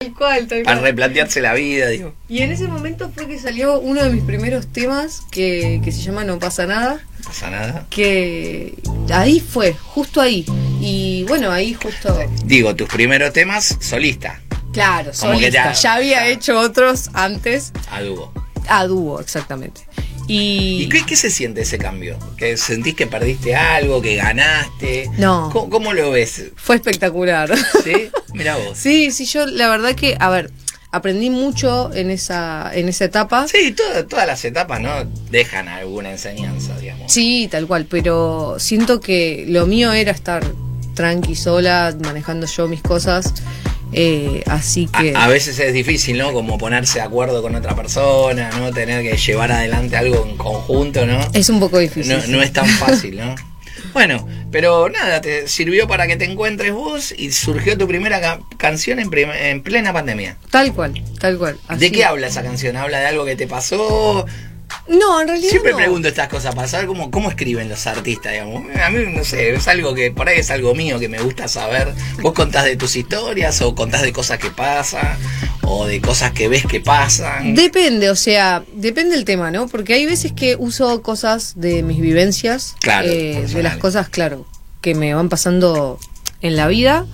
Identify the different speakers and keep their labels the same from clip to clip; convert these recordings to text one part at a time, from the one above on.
Speaker 1: Tal cual, tal
Speaker 2: a
Speaker 1: cual.
Speaker 2: replantearse la vida, digo.
Speaker 1: Y en ese momento fue que salió uno de mis primeros temas que, que se llama No pasa nada,
Speaker 2: No pasa nada.
Speaker 1: que ahí fue, justo ahí. Y bueno, ahí justo,
Speaker 2: Digo, tus primeros temas, solista,
Speaker 1: claro,
Speaker 2: Como que
Speaker 1: solista.
Speaker 2: ya-
Speaker 1: ya había
Speaker 2: ya.
Speaker 1: hecho otros antes,
Speaker 2: a dúo.
Speaker 1: a dúo, exactamente. Y,
Speaker 2: ¿Y qué, qué se siente ese cambio? ¿Que sentís que perdiste algo, que ganaste?
Speaker 1: No.
Speaker 2: ¿Cómo, cómo lo ves?
Speaker 1: fue espectacular.
Speaker 2: ¿Sí? Mira vos.
Speaker 1: Sí, sí, yo la verdad que, a ver, aprendí mucho en esa, en esa etapa.
Speaker 2: Sí, toda- todas las etapas, ¿no? Dejan alguna enseñanza, digamos.
Speaker 1: Sí, tal cual, pero siento que lo mío era estar tranqui, sola, manejando yo mis cosas. eh, así que.
Speaker 2: A, a veces es difícil, ¿no? Como ponerse de acuerdo con otra persona, ¿no? Tener que llevar adelante algo en conjunto, ¿no?
Speaker 1: es un poco difícil.
Speaker 2: No, no es tan fácil, ¿no? Bueno, pero nada, te sirvió para que te encuentres vos y surgió tu primera ca- canción en, prim- en plena pandemia.
Speaker 1: Tal cual, tal cual.
Speaker 2: ¿De
Speaker 1: así.
Speaker 2: qué habla esa canción? ¿Habla de algo que te pasó?
Speaker 1: No, en realidad.
Speaker 2: Siempre
Speaker 1: no.
Speaker 2: pregunto estas cosas para saber cómo, cómo escriben los artistas, digamos. A mí, no sé, es algo que por ahí es algo mío que me gusta saber. Vos contás de tus historias o contás de cosas que pasan o de cosas que ves que pasan.
Speaker 1: Depende, o sea, depende el tema, ¿no? Porque hay veces que uso cosas de mis vivencias,
Speaker 2: Claro,
Speaker 1: eh, de las
Speaker 2: personales.
Speaker 1: cosas, claro, que me van pasando en la vida.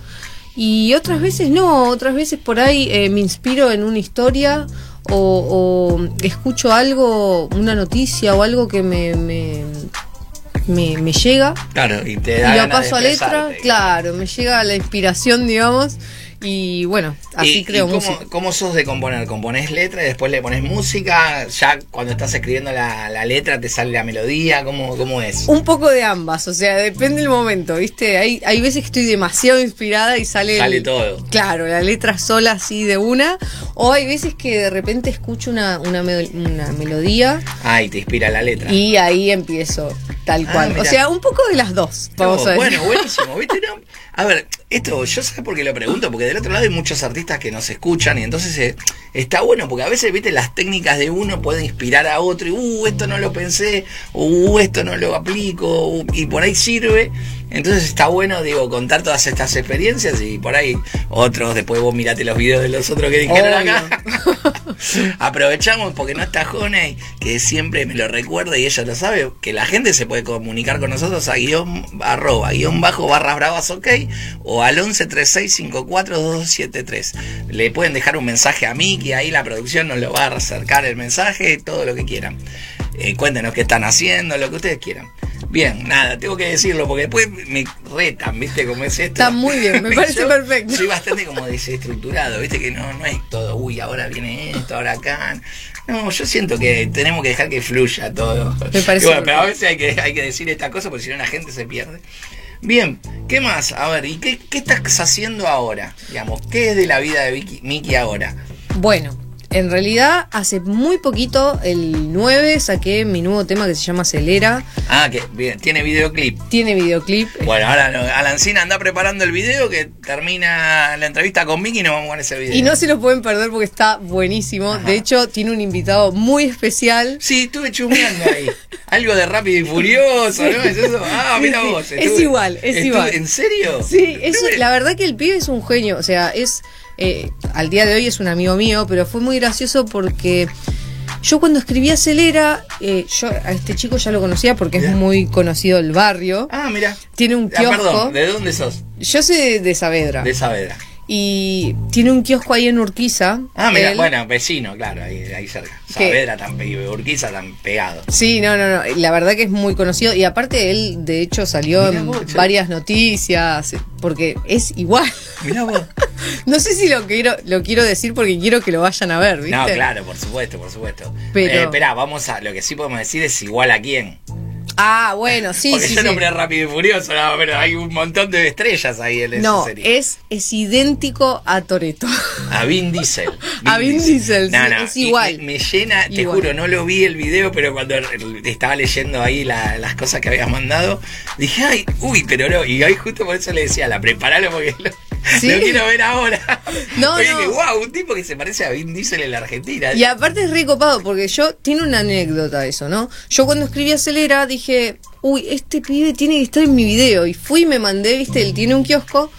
Speaker 1: Y otras veces no, otras veces por ahí eh, me inspiro en una historia o, o escucho algo, una noticia o algo que me, me, me- me llega
Speaker 2: Claro, y te
Speaker 1: y
Speaker 2: da
Speaker 1: lo
Speaker 2: ganas de
Speaker 1: paso a letra,
Speaker 2: expresarte.
Speaker 1: claro, me llega la inspiración, digamos, y bueno, así
Speaker 2: ¿Y-
Speaker 1: creo
Speaker 2: y cómo,
Speaker 1: música.
Speaker 2: cómo sos de componer? ¿Componés letra y después le pones música? ¿Ya cuando estás escribiendo la, la letra te sale la melodía? ¿Cómo, cómo es?
Speaker 1: Un poco de ambas, o sea, depende del momento, ¿viste? Hay, hay veces que estoy demasiado inspirada y sale... el-
Speaker 2: Sale todo.
Speaker 1: Claro, la letra sola así de una. O hay veces que de repente escucho una, una, me- una melodía
Speaker 2: Ay, te inspira la letra.
Speaker 1: y ahí empiezo tal
Speaker 2: Ah,
Speaker 1: cual. o
Speaker 2: mirá.
Speaker 1: sea, un poco de las dos, vamos
Speaker 2: Oh,
Speaker 1: a decir.
Speaker 2: Bueno, buenísimo, ¿viste? No, A ver, esto yo sé por qué lo pregunto, porque del otro lado hay muchos artistas que nos escuchan y entonces eh, está bueno, porque a veces, ¿viste? Las técnicas de uno pueden inspirar a otro y, uh, esto no lo pensé, uh, esto no lo aplico, uh, y por ahí sirve. Entonces está bueno, digo, contar todas estas experiencias y por ahí otros, después vos mirate los videos de los otros que dijeron
Speaker 1: Obvio.
Speaker 2: acá. Aprovechamos porque no está Jonay, que siempre me lo recuerda y ella lo sabe, que la gente se puede comunicar con nosotros a guión arroba, guión bajo, barras bravas, ok, o al 11 36 54 2273. Le pueden dejar un mensaje a mí, que ahí la producción nos lo va a acercar el mensaje, todo lo que quieran. Eh, cuéntenos qué están haciendo, lo que ustedes quieran. Bien, nada, tengo que decirlo porque después me retan, ¿viste cómo es esto?
Speaker 1: Está muy bien, me parece
Speaker 2: Yo
Speaker 1: perfecto.
Speaker 2: Soy bastante como desestructurado, ¿viste? Que no, no es todo, uy, ahora viene esto, ahora acá. No, yo siento que tenemos que dejar que fluya todo.
Speaker 1: Me parece
Speaker 2: Y bueno, pero a
Speaker 1: perfecto.
Speaker 2: veces hay que, hay que decir estas cosas porque si no la gente se pierde. Bien, ¿qué más? A ver, ¿y qué, qué estás haciendo ahora? Digamos, ¿qué es de la vida de Vicky, Miki ahora?
Speaker 1: Bueno, en realidad hace muy poquito, el 9, saqué mi nuevo tema que se llama Acelera.
Speaker 2: Ah, que bien, tiene videoclip.
Speaker 1: Tiene videoclip.
Speaker 2: Bueno, ahora no, Alancina anda preparando el video que termina la entrevista con Vicky y nos vamos con ese video.
Speaker 1: Y no se lo pueden perder porque está buenísimo.
Speaker 2: Ajá.
Speaker 1: De hecho, tiene un invitado muy especial.
Speaker 2: Sí, estuve chumeando ahí. Algo de rápido y furioso, ¿no? ¿Es eso? Ah,
Speaker 1: Sí,
Speaker 2: mira
Speaker 1: sí.
Speaker 2: vos.
Speaker 1: Es igual, es igual.
Speaker 2: ¿En serio?
Speaker 1: Sí, es-
Speaker 2: No me-
Speaker 1: la verdad que el pibe es un genio. O sea, es. eh, al día de hoy es un amigo mío, pero fue muy gracioso porque yo cuando escribí Acelera, eh, yo a este chico ya lo conocía porque es
Speaker 2: Bien.
Speaker 1: muy conocido el barrio.
Speaker 2: Ah, mira.
Speaker 1: Tiene un
Speaker 2: Ah,
Speaker 1: kiosco.
Speaker 2: perdón, ¿de dónde sos?
Speaker 1: Yo soy de, de Saavedra.
Speaker 2: De Saavedra.
Speaker 1: Y tiene un kiosco ahí en Urquiza.
Speaker 2: Ah, mira,
Speaker 1: él.
Speaker 2: bueno, vecino, claro, ahí, ahí cerca.
Speaker 1: ¿Qué?
Speaker 2: Saavedra tan pe- y Urquiza tan pegado.
Speaker 1: Sí, no, no, no. La verdad que es muy conocido. Y aparte, él, de hecho, salió
Speaker 2: Mirá
Speaker 1: en
Speaker 2: vos, che.
Speaker 1: varias noticias. Porque es igual.
Speaker 2: Mira vos.
Speaker 1: No sé si lo quiero, lo quiero decir porque quiero que lo vayan a ver, ¿viste?
Speaker 2: No, claro, por supuesto, por supuesto.
Speaker 1: Pero-
Speaker 2: Eh, esperá, vamos a. Lo que sí podemos decir es igual a quién.
Speaker 1: Ah, bueno, sí,
Speaker 2: Porque
Speaker 1: sí.
Speaker 2: yo
Speaker 1: sí.
Speaker 2: nombré Rápido y Furioso, no, pero hay un montón de estrellas ahí en esa
Speaker 1: No,
Speaker 2: serie.
Speaker 1: es, es idéntico a Toreto.
Speaker 2: A Vin Diesel.
Speaker 1: A Vin Diesel, sí, es
Speaker 2: y
Speaker 1: igual.
Speaker 2: Me, me llena, te
Speaker 1: Igual.
Speaker 2: juro, no lo vi el video, pero cuando r- estaba leyendo ahí la- las cosas que habías mandado, dije, ay, uy, pero no. Y hoy justo por eso le decía, la preparalo porque lo,
Speaker 1: Sí.
Speaker 2: lo quiero ver ahora.
Speaker 1: No,
Speaker 2: Oye,
Speaker 1: no.
Speaker 2: dije, wow, un tipo que se parece a Vin Diesel en la Argentina.
Speaker 1: Y aparte es recopado porque yo tiene una anécdota eso, ¿no? Yo cuando escribí Acelera dije, uy, este pibe tiene que estar en mi video. Y fui y me mandé, viste, él tiene un kiosco.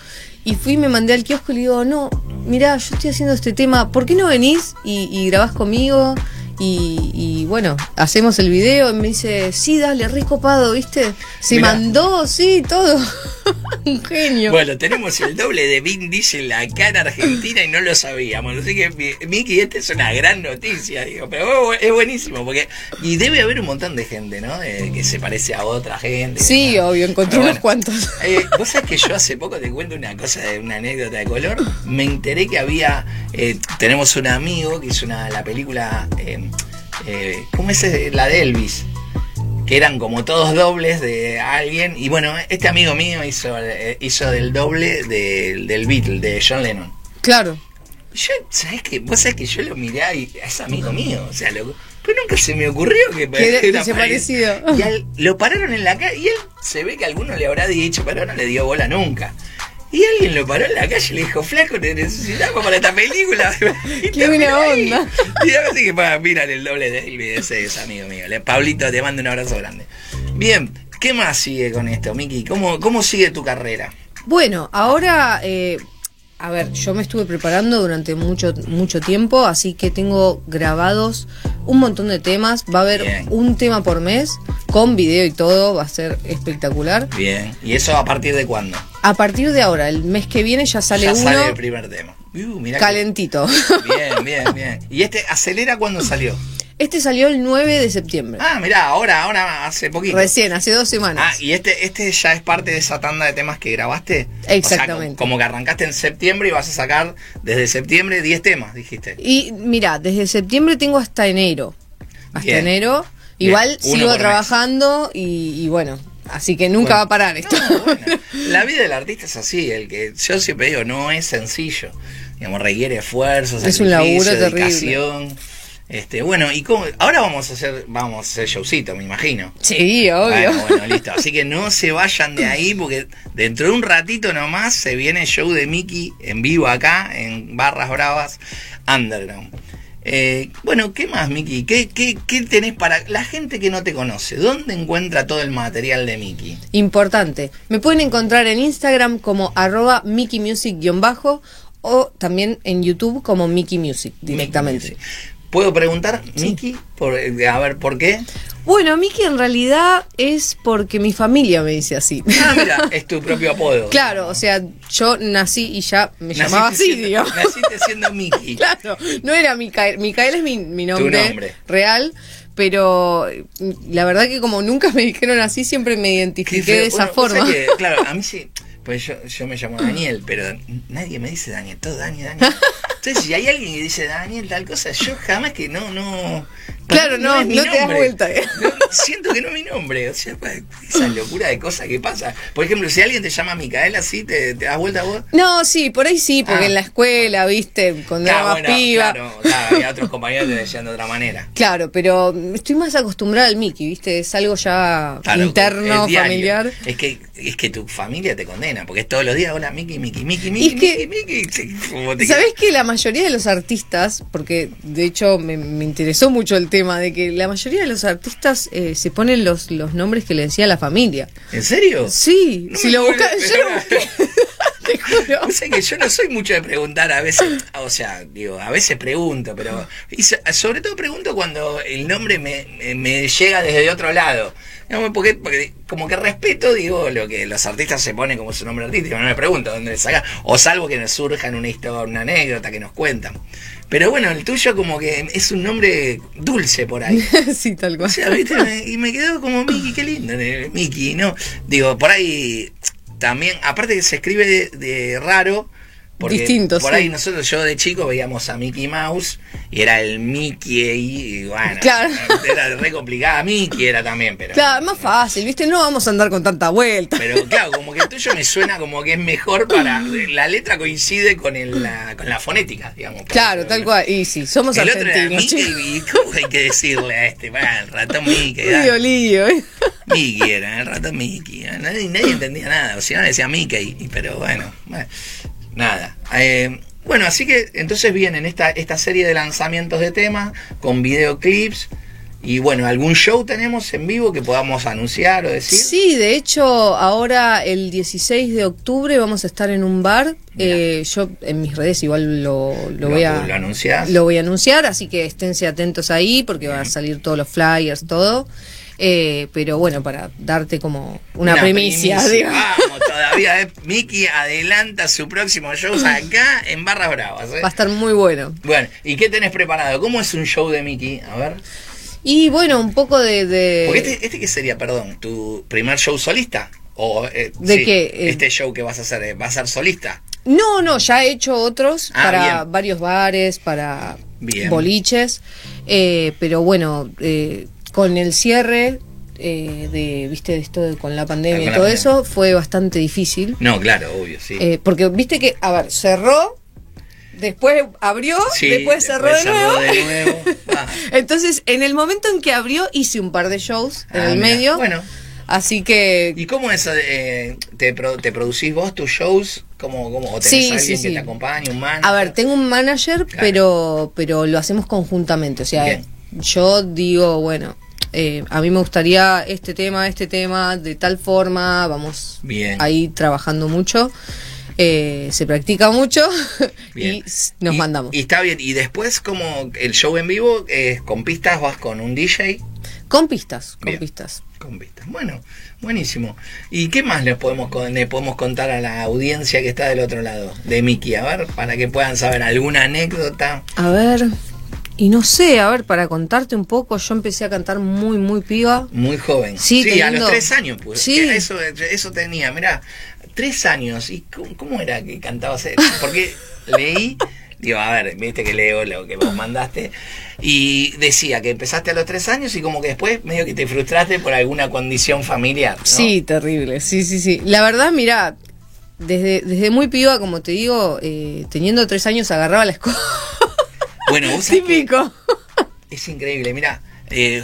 Speaker 1: Y fui y me mandé al kiosco y le digo, no, mirá, yo estoy haciendo este tema, ¿por qué no venís y, y grabás conmigo? Y, y, bueno, hacemos el video y me dice, sí, dale, recopado, ¿viste? Se
Speaker 2: Mirá.
Speaker 1: mandó, sí, todo. Un genio.
Speaker 2: Bueno, tenemos el doble de Vin Diesel acá en Argentina y no lo sabíamos. Así que, mi- Miki, esta es una gran noticia, digo. Pero bueno, es buenísimo, porque. Y debe haber un montón de gente, ¿no? Eh, que se parece a otra gente.
Speaker 1: sí, obvio, encontré
Speaker 2: Pero
Speaker 1: unos
Speaker 2: bueno.
Speaker 1: cuantos.
Speaker 2: Eh, Vos sabés que yo hace poco te cuento una cosa de una anécdota de color. Me enteré que había. eh, tenemos un amigo que hizo una, la película. eh, eh, ¿Cómo es eh, la de Elvis? Que eran como todos dobles de alguien. Y bueno, este amigo mío hizo, eh, hizo del doble de- del Beatle, de John Lennon.
Speaker 1: Claro.
Speaker 2: Yo, ¿sabés que Vos sabés que yo lo miré y es amigo mío, o sea, lo- pero nunca se me ocurrió que,
Speaker 1: Que- que
Speaker 2: era
Speaker 1: se
Speaker 2: parecido.
Speaker 1: parecido.
Speaker 2: Y al- lo pararon en la calle y él se ve que alguno le habrá dicho, pero no le dio bola nunca. Y alguien lo paró en la calle y le dijo, flaco, te necesitamos para esta película. Y
Speaker 1: Qué
Speaker 2: terminó
Speaker 1: buena
Speaker 2: ahí.
Speaker 1: onda.
Speaker 2: Y ahora sí que para mirar el doble de Elvis, ese es amigo mío. Le- Pablito, te mando un abrazo grande. Bien, ¿qué más sigue con esto, Miki? ¿Cómo, ¿Cómo sigue tu carrera?
Speaker 1: Bueno, ahora, eh, a ver, yo me estuve preparando durante mucho, mucho tiempo, así que tengo grabados un montón de temas. Va a haber
Speaker 2: Bien.
Speaker 1: un tema por mes, con video y todo, va a ser espectacular.
Speaker 2: Bien. ¿Y eso a partir de cuándo?
Speaker 1: A partir de ahora, el mes que viene ya sale
Speaker 2: ya
Speaker 1: uno
Speaker 2: sale el primer tema. Uh, mirá que-
Speaker 1: calentito.
Speaker 2: Bien, bien, bien. ¿Y este acelera cuándo salió?
Speaker 1: Este salió el 9 de septiembre,
Speaker 2: Ah, mirá, ahora, ahora, hace poquito.
Speaker 1: recién, hace dos
Speaker 2: Ah,
Speaker 1: semanas.
Speaker 2: y este, este ya es parte de esa tanda de temas que grabaste. O sea,
Speaker 1: Exactamente.
Speaker 2: co- como que arrancaste en septiembre y vas a sacar desde septiembre 10 temas, dijiste.
Speaker 1: Y mira, desde septiembre tengo hasta enero. Hasta
Speaker 2: Bien.
Speaker 1: enero.
Speaker 2: Bien,
Speaker 1: Igual
Speaker 2: uno por
Speaker 1: sigo
Speaker 2: mes.
Speaker 1: trabajando y, y bueno, así que nunca
Speaker 2: Bueno.
Speaker 1: va a parar esto.
Speaker 2: No, Ah, bueno, la vida del artista es así, el que yo siempre digo, no es sencillo. Digamos, requiere esfuerzos,
Speaker 1: Es un laburo
Speaker 2: sacrificio,
Speaker 1: terrible.
Speaker 2: dedicación. Este, bueno, y cómo- ahora vamos a hacer vamos a hacer showcito, me imagino.
Speaker 1: Sí, obvio.
Speaker 2: Ah, Bueno, bueno, listo. Así que no se vayan de ahí porque dentro de un ratito nomás se viene el show de Mickey en vivo acá en Barras Bravas Underground. Eh, bueno, ¿qué más, Mickey? ¿Qué, qué, qué tenés para la gente que no te conoce? ¿Dónde encuentra todo el material de Mickey?
Speaker 1: Importante. Me pueden encontrar en Instagram como arroba Mickey Music-bajo o también en YouTube como Mickey Music directamente.
Speaker 2: Mickey Music. ¿Puedo preguntar, Mickey? Por, eh, a ver, ¿por qué?
Speaker 1: Bueno, Mickey en realidad es porque mi familia me dice así.
Speaker 2: Ah, mira, es tu propio apodo.
Speaker 1: claro, o sea, yo nací y ya me llamaba así,
Speaker 2: siendo,
Speaker 1: digo.
Speaker 2: Naciste siendo Mickey.
Speaker 1: Claro, no era Micael. Micael es mi, mi
Speaker 2: Tu
Speaker 1: nombre,
Speaker 2: nombre.
Speaker 1: real, pero eh, la verdad que como nunca me dijeron así, siempre me
Speaker 2: Qué
Speaker 1: identifiqué
Speaker 2: feo.
Speaker 1: de esa
Speaker 2: Bueno, vos
Speaker 1: forma.
Speaker 2: sabés que, claro, a mí sí. Pues yo, yo me llamo Daniel, pero nadie me dice Daniel, todo Dani, Dani. Entonces, si hay alguien que dice Daniel tal cosa, yo jamás que no, no.
Speaker 1: Claro, no,
Speaker 2: es mi
Speaker 1: no te das
Speaker 2: nombre.
Speaker 1: vuelta, eh.
Speaker 2: No, siento que no es mi nombre. O sea, pues, esa locura de cosas que pasa. Por ejemplo, si alguien te llama Micaela así, te, te das vuelta vos.
Speaker 1: No, sí, por ahí sí, porque
Speaker 2: Ah.
Speaker 1: en la escuela, viste, cuando
Speaker 2: Ah,
Speaker 1: era más
Speaker 2: bueno,
Speaker 1: piba.
Speaker 2: claro, claro, había otros compañeros que te decían de otra manera.
Speaker 1: Claro, pero estoy más acostumbrada al Mickey, ¿viste? Es algo ya
Speaker 2: Claro,
Speaker 1: interno,
Speaker 2: es diario.
Speaker 1: familiar.
Speaker 2: Es que, es que tu familia te condena, porque es todos los días, hola, Miki, Miki, Miki,
Speaker 1: Y es
Speaker 2: Miki,
Speaker 1: que-
Speaker 2: Miki, Miki. Sí, como te-
Speaker 1: ¿Sabés que la mayoría de los artistas, porque de hecho me, me interesó mucho el tema de que la mayoría de los artistas eh, se ponen los, los nombres que le decía la familia?
Speaker 2: ¿En serio?
Speaker 1: Sí,
Speaker 2: No
Speaker 1: si
Speaker 2: me
Speaker 1: lo
Speaker 2: puedo
Speaker 1: buscas, yo lo busqué.
Speaker 2: creer.
Speaker 1: Te juro.
Speaker 2: O sea que yo no soy mucho de preguntar a veces, o sea, digo, a veces pregunto, pero y so- sobre todo pregunto cuando el nombre me, me- me llega desde otro lado. Digamos, Porque, porque como que respeto, digo, lo que los artistas se ponen como su nombre artístico, no me pregunto dónde le saca, o salvo que nos surjan una historia, una anécdota que nos cuentan. Pero bueno, el tuyo como que es un nombre dulce por ahí.
Speaker 1: sí, tal
Speaker 2: O
Speaker 1: cual.
Speaker 2: sea, ¿viste? Me- y me quedo como Mickey, qué lindo, eh, Mickey, ¿no? Digo, por ahí también, aparte que se escribe de, de raro, porque
Speaker 1: Distinto,
Speaker 2: por
Speaker 1: sí.
Speaker 2: ahí nosotros, yo de chico veíamos a Mickey Mouse y era el Mickey y, y bueno,
Speaker 1: Claro.
Speaker 2: era re complicada, Mickey era también, pero...
Speaker 1: Claro, más fácil, ¿viste? No vamos a andar con tanta vuelta.
Speaker 2: Pero claro, como que el tuyo me suena como que es mejor para... La letra coincide con, el, la, con la fonética, digamos.
Speaker 1: Claro, tal cual. Y sí, somos
Speaker 2: El otro era
Speaker 1: argentinos, chicos.
Speaker 2: Mickey, y ¿cómo hay que decirle a este? Bueno, el ratón Mickey.
Speaker 1: Lío,
Speaker 2: dale.
Speaker 1: lío, ¿eh?
Speaker 2: Mickey era, el ratón Mickey. ¿eh? Nadie, nadie entendía nada, o si no le decía Mickey, y- pero bueno, bueno, nada. Eh, bueno, así que entonces vienen esta, esta serie de lanzamientos de temas con videoclips Y bueno, ¿algún show tenemos en vivo que podamos anunciar o decir?
Speaker 1: Sí, de hecho, ahora el 16 de octubre vamos a estar en un bar. Eh, yo en mis redes igual lo, lo,
Speaker 2: Lo-
Speaker 1: voy a
Speaker 2: lo anunciás.
Speaker 1: lo voy a anunciar, así que esténse atentos ahí porque van a salir todos los flyers, todo. Eh, pero bueno, para darte como una, primicia, digo.
Speaker 2: Vamos, todavía eh. Miki adelanta su próximo show acá en Barras Bravas. eh.
Speaker 1: va a estar muy bueno.
Speaker 2: Bueno, ¿y qué tenés preparado? ¿Cómo es un show de Miki? A ver.
Speaker 1: Y bueno, un poco de... de-
Speaker 2: Porque este, este que sería, perdón, tu primer show solista. O, eh,
Speaker 1: ¿De
Speaker 2: sí,
Speaker 1: qué? Eh,
Speaker 2: Este show que vas a hacer, eh, ¿va a ser solista?
Speaker 1: No, no, ya he hecho otros
Speaker 2: Ah,
Speaker 1: para
Speaker 2: bien.
Speaker 1: varios bares, para
Speaker 2: Bien.
Speaker 1: boliches, eh, pero bueno, eh, con el cierre eh, de, viste, de esto de- con la pandemia
Speaker 2: Ah,
Speaker 1: y
Speaker 2: con la
Speaker 1: todo
Speaker 2: pandemia.
Speaker 1: eso, fue bastante difícil,
Speaker 2: No, claro, obvio, sí.
Speaker 1: eh, porque viste que, a ver, cerró, después abrió,
Speaker 2: Sí,
Speaker 1: después cerró de nuevo.
Speaker 2: nuevo. Ah,
Speaker 1: Entonces, en el momento en que abrió, hice un par de shows en
Speaker 2: Ah,
Speaker 1: el
Speaker 2: mira.
Speaker 1: medio.
Speaker 2: Bueno.
Speaker 1: Así que
Speaker 2: ¿Y cómo es? eh, te, pro- ¿Te producís vos tus shows? ¿Cómo, cómo, ¿O tenés
Speaker 1: Sí,
Speaker 2: alguien
Speaker 1: sí,
Speaker 2: que
Speaker 1: sí.
Speaker 2: te acompañe, un man?
Speaker 1: A ver, tengo un manager, pero pero lo hacemos conjuntamente. O sea,
Speaker 2: Bien.
Speaker 1: yo digo, bueno, eh, a mí me gustaría este tema, este tema, de tal forma, vamos
Speaker 2: Bien.
Speaker 1: ahí trabajando mucho. Eh, se practica mucho
Speaker 2: Bien.
Speaker 1: y s- nos
Speaker 2: Y-
Speaker 1: mandamos.
Speaker 2: Y está bien. Y después, como el show en vivo, eh, con pistas vas con un DJ.
Speaker 1: Con pistas, con
Speaker 2: Bien.
Speaker 1: pistas.
Speaker 2: Con pistas. Bueno, buenísimo. ¿Y qué más les podemos, con- le podemos contar a la audiencia que está del otro lado de Miki? A ver, para que puedan saber alguna anécdota.
Speaker 1: A ver, y no sé, a ver, para contarte un poco, yo empecé a cantar muy, muy piba.
Speaker 2: Muy joven.
Speaker 1: Sí,
Speaker 2: a los
Speaker 1: teniendo-
Speaker 2: tres años, pues.
Speaker 1: Sí.
Speaker 2: Que Eso, eso tenía, mirá, tres años. ¿Y cómo, cómo era que cantabas? Porque leí, digo, a ver, viste que leo lo que vos mandaste, y decía que empezaste a los tres años y como que después medio que te frustraste por alguna condición familiar. ¿no?
Speaker 1: Sí, terrible, sí, sí, sí. La verdad, mira, desde, desde muy piba, como te digo, eh, teniendo tres años agarraba la escoba.
Speaker 2: Bueno, vos sabés que
Speaker 1: Típico.
Speaker 2: Es increíble, mirá. Eh,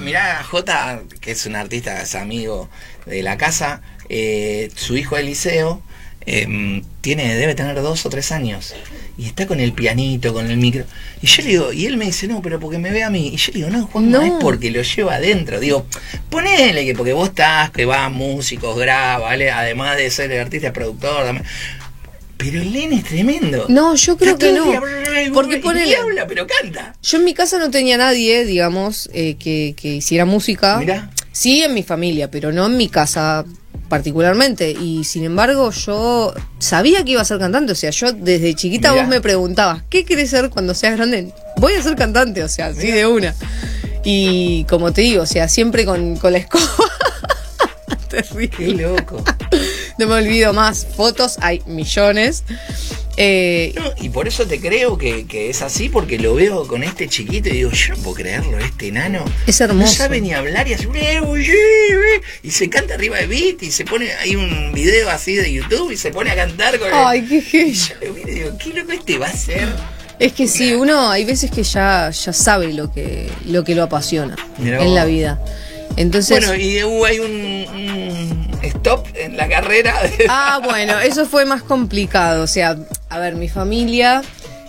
Speaker 2: mirá, Jota, que es un artista, es amigo de la casa, eh, su hijo Eliseo eh, tiene, debe tener dos o tres años. Y está con el pianito, con el micro. Y yo le digo, y él me dice, no, pero porque me ve a mí. Y yo le digo, no, Juan, no,
Speaker 1: No.
Speaker 2: es porque lo lleva adentro. Digo, ponele que porque vos estás, que vas, músicos, graba, ¿vale? además de ser el artista, productor. dame". Pero el nene es tremendo.
Speaker 1: No, yo creo
Speaker 2: Está
Speaker 1: que
Speaker 2: todo
Speaker 1: no.
Speaker 2: el día,
Speaker 1: Porque
Speaker 2: y
Speaker 1: ponele-
Speaker 2: habla, pero canta.
Speaker 1: Yo en mi casa no tenía nadie, digamos, eh, que, que hiciera música.
Speaker 2: Mirá.
Speaker 1: Sí, en mi familia, pero no en mi casa particularmente. Y sin embargo, yo sabía que iba a ser cantante. O sea, yo desde chiquita
Speaker 2: Mirá.
Speaker 1: vos me preguntabas, ¿qué querés ser cuando seas grande? Voy a ser cantante, o sea, así de una. Y como te digo, o sea, siempre con, con la escoba.
Speaker 2: Qué
Speaker 1: Terrible.
Speaker 2: loco.
Speaker 1: No me olvido más. Fotos hay millones. Eh,
Speaker 2: No, y por eso te creo que, que es así, porque lo veo con este chiquito y digo, yo no puedo creerlo, este enano.
Speaker 1: Es hermoso.
Speaker 2: No sabe ni hablar y hace un "Eh, uy, eh, eh", y se canta arriba de beat y se pone, hay un video así de YouTube y se pone a cantar con el-
Speaker 1: ay, qué
Speaker 2: Y
Speaker 1: genio.
Speaker 2: yo lo miro y digo, ¿qué loco este va a ser?
Speaker 1: Es que sí, uno hay veces que ya, ya sabe lo que, lo que lo apasiona
Speaker 2: Mirá vos.
Speaker 1: en la vida. Entonces,
Speaker 2: Bueno, y eh, hubo hay un, un stop en la carrera. de-
Speaker 1: ah, bueno, eso fue más complicado. O sea, a ver, mi familia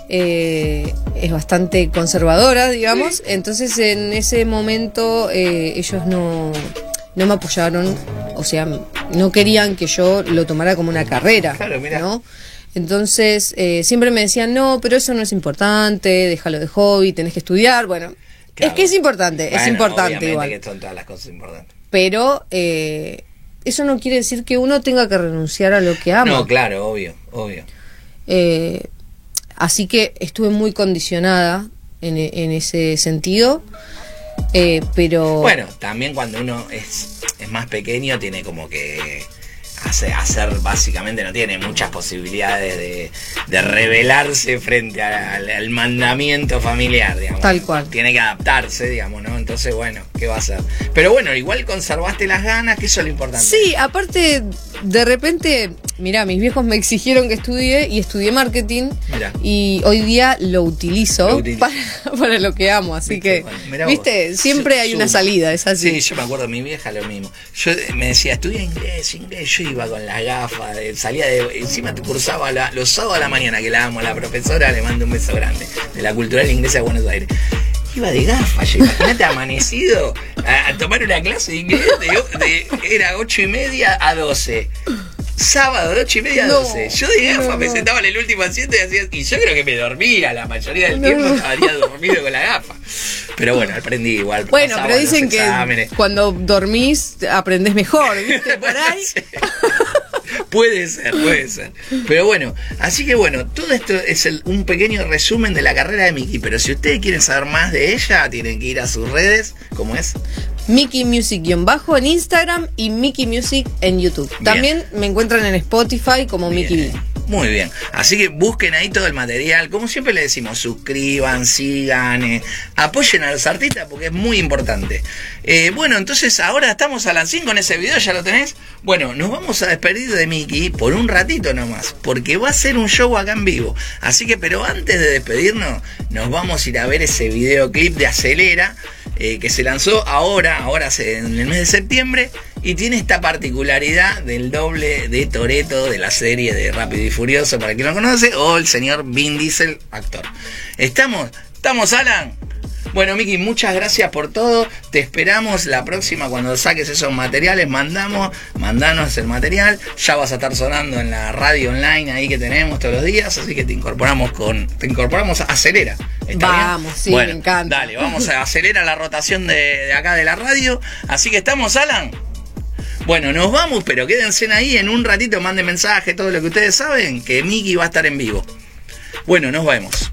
Speaker 1: eh, es bastante conservadora, digamos. Entonces, en ese momento, eh, ellos no, no me apoyaron. O sea, no querían que yo lo tomara como una carrera.
Speaker 2: Claro, mirá.
Speaker 1: ¿no? Entonces, eh, siempre me decían, no, pero eso no es importante, déjalo de hobby, tenés que estudiar. Bueno,
Speaker 2: Claro.
Speaker 1: es que es importante, es
Speaker 2: Bueno,
Speaker 1: importante
Speaker 2: obviamente
Speaker 1: igual
Speaker 2: que son todas las cosas importantes.
Speaker 1: pero eh, eso no quiere decir que uno tenga que renunciar a lo que ama.
Speaker 2: No, claro, obvio, obvio.
Speaker 1: Eh, así que estuve muy condicionada en, e- en ese sentido, eh, pero
Speaker 2: Bueno, también cuando uno es, es más pequeño tiene como que hace, hacer básicamente no tiene muchas posibilidades de, de rebelarse frente a- al, al mandamiento familiar, digamos.
Speaker 1: Tal cual.
Speaker 2: Tiene que adaptarse, digamos, ¿no? Entonces, bueno, ¿qué va a hacer? Pero bueno, igual conservaste las ganas, que eso es lo importante.
Speaker 1: sí, aparte de repente, mira, mis viejos me exigieron que estudie y estudié marketing
Speaker 2: Mirá.
Speaker 1: y hoy día lo utilizo,
Speaker 2: Lo utilizo.
Speaker 1: Para, para lo que amo, así
Speaker 2: Viste,
Speaker 1: que,
Speaker 2: bueno, mirá vos.
Speaker 1: viste, siempre
Speaker 2: Su-
Speaker 1: hay una
Speaker 2: suma.
Speaker 1: salida, es así.
Speaker 2: Sí, yo me acuerdo, mi vieja lo mismo. Yo eh, me decía, estudia inglés, inglés. Yo iba con las gafas, de- salía de. Encima te cursaba la- los sábados a la mañana, que la amo, la profesora, le mando un beso grande, de la cultural inglesa de Buenos Aires. iba de gafas, yo, imagínate amanecido a, a, tomar una clase de inglés, de, de- era 8 y media a 12. Sábado de 8 y media a
Speaker 1: No,
Speaker 2: 12. Yo de gafas
Speaker 1: no,
Speaker 2: me
Speaker 1: no.
Speaker 2: sentaba en el último asiento y hacía. Y yo creo que me dormía la mayoría del
Speaker 1: No.
Speaker 2: tiempo, estaría dormido con la gafa. Pero bueno, aprendí igual.
Speaker 1: Bueno,
Speaker 2: pasaba
Speaker 1: pero
Speaker 2: los
Speaker 1: dicen que
Speaker 2: exámenes.
Speaker 1: cuando dormís aprendés mejor, ¿viste? Por
Speaker 2: Puede
Speaker 1: ahí.
Speaker 2: ser. puede ser, puede ser. Pero bueno, así que bueno, todo esto es el- un pequeño resumen de la carrera de Miki. Pero si ustedes quieren saber más de ella, tienen que ir a sus redes, como es.
Speaker 1: Mickey Music-bajo en Instagram y Mickey Music en YouTube.
Speaker 2: Bien.
Speaker 1: También me encuentran en Spotify como Mickey
Speaker 2: Bien.
Speaker 1: B.
Speaker 2: Muy bien. Así que busquen ahí todo el material. Como siempre le decimos, suscriban, sigan, eh, apoyen a los artistas porque es muy importante. Eh, bueno, entonces ahora estamos a las 5 en ese video, ¿ya lo tenés? Bueno, nos vamos a despedir de Miki por un ratito nomás, porque va a ser un show acá en vivo. Así que, pero antes de despedirnos, nos vamos a ir a ver ese videoclip de Acelera. eh, que se lanzó ahora, ahora se- en el mes de septiembre, y tiene esta particularidad del doble de Toreto de la serie de Rápido y Furioso, para quien no conoce, o el señor Vin Diesel, actor. ¿Estamos? ¿Estamos, Alan? Bueno, Miki, muchas gracias por todo. Te esperamos la próxima cuando saques esos materiales. Mandamos, mandanos el material. Ya vas a estar sonando en la radio online ahí que tenemos todos los días. Así que te incorporamos con. Te incorporamos a Acelera. ¿Está bien?
Speaker 1: Vamos, sí,
Speaker 2: Bueno,
Speaker 1: me encanta.
Speaker 2: Dale, vamos a acelerar la rotación de, de acá de la radio. Así que estamos, Alan. Bueno, nos vamos, pero quédense ahí en un ratito, manden mensaje, todo lo que ustedes saben, que Miki va a estar en vivo. Bueno, nos vemos.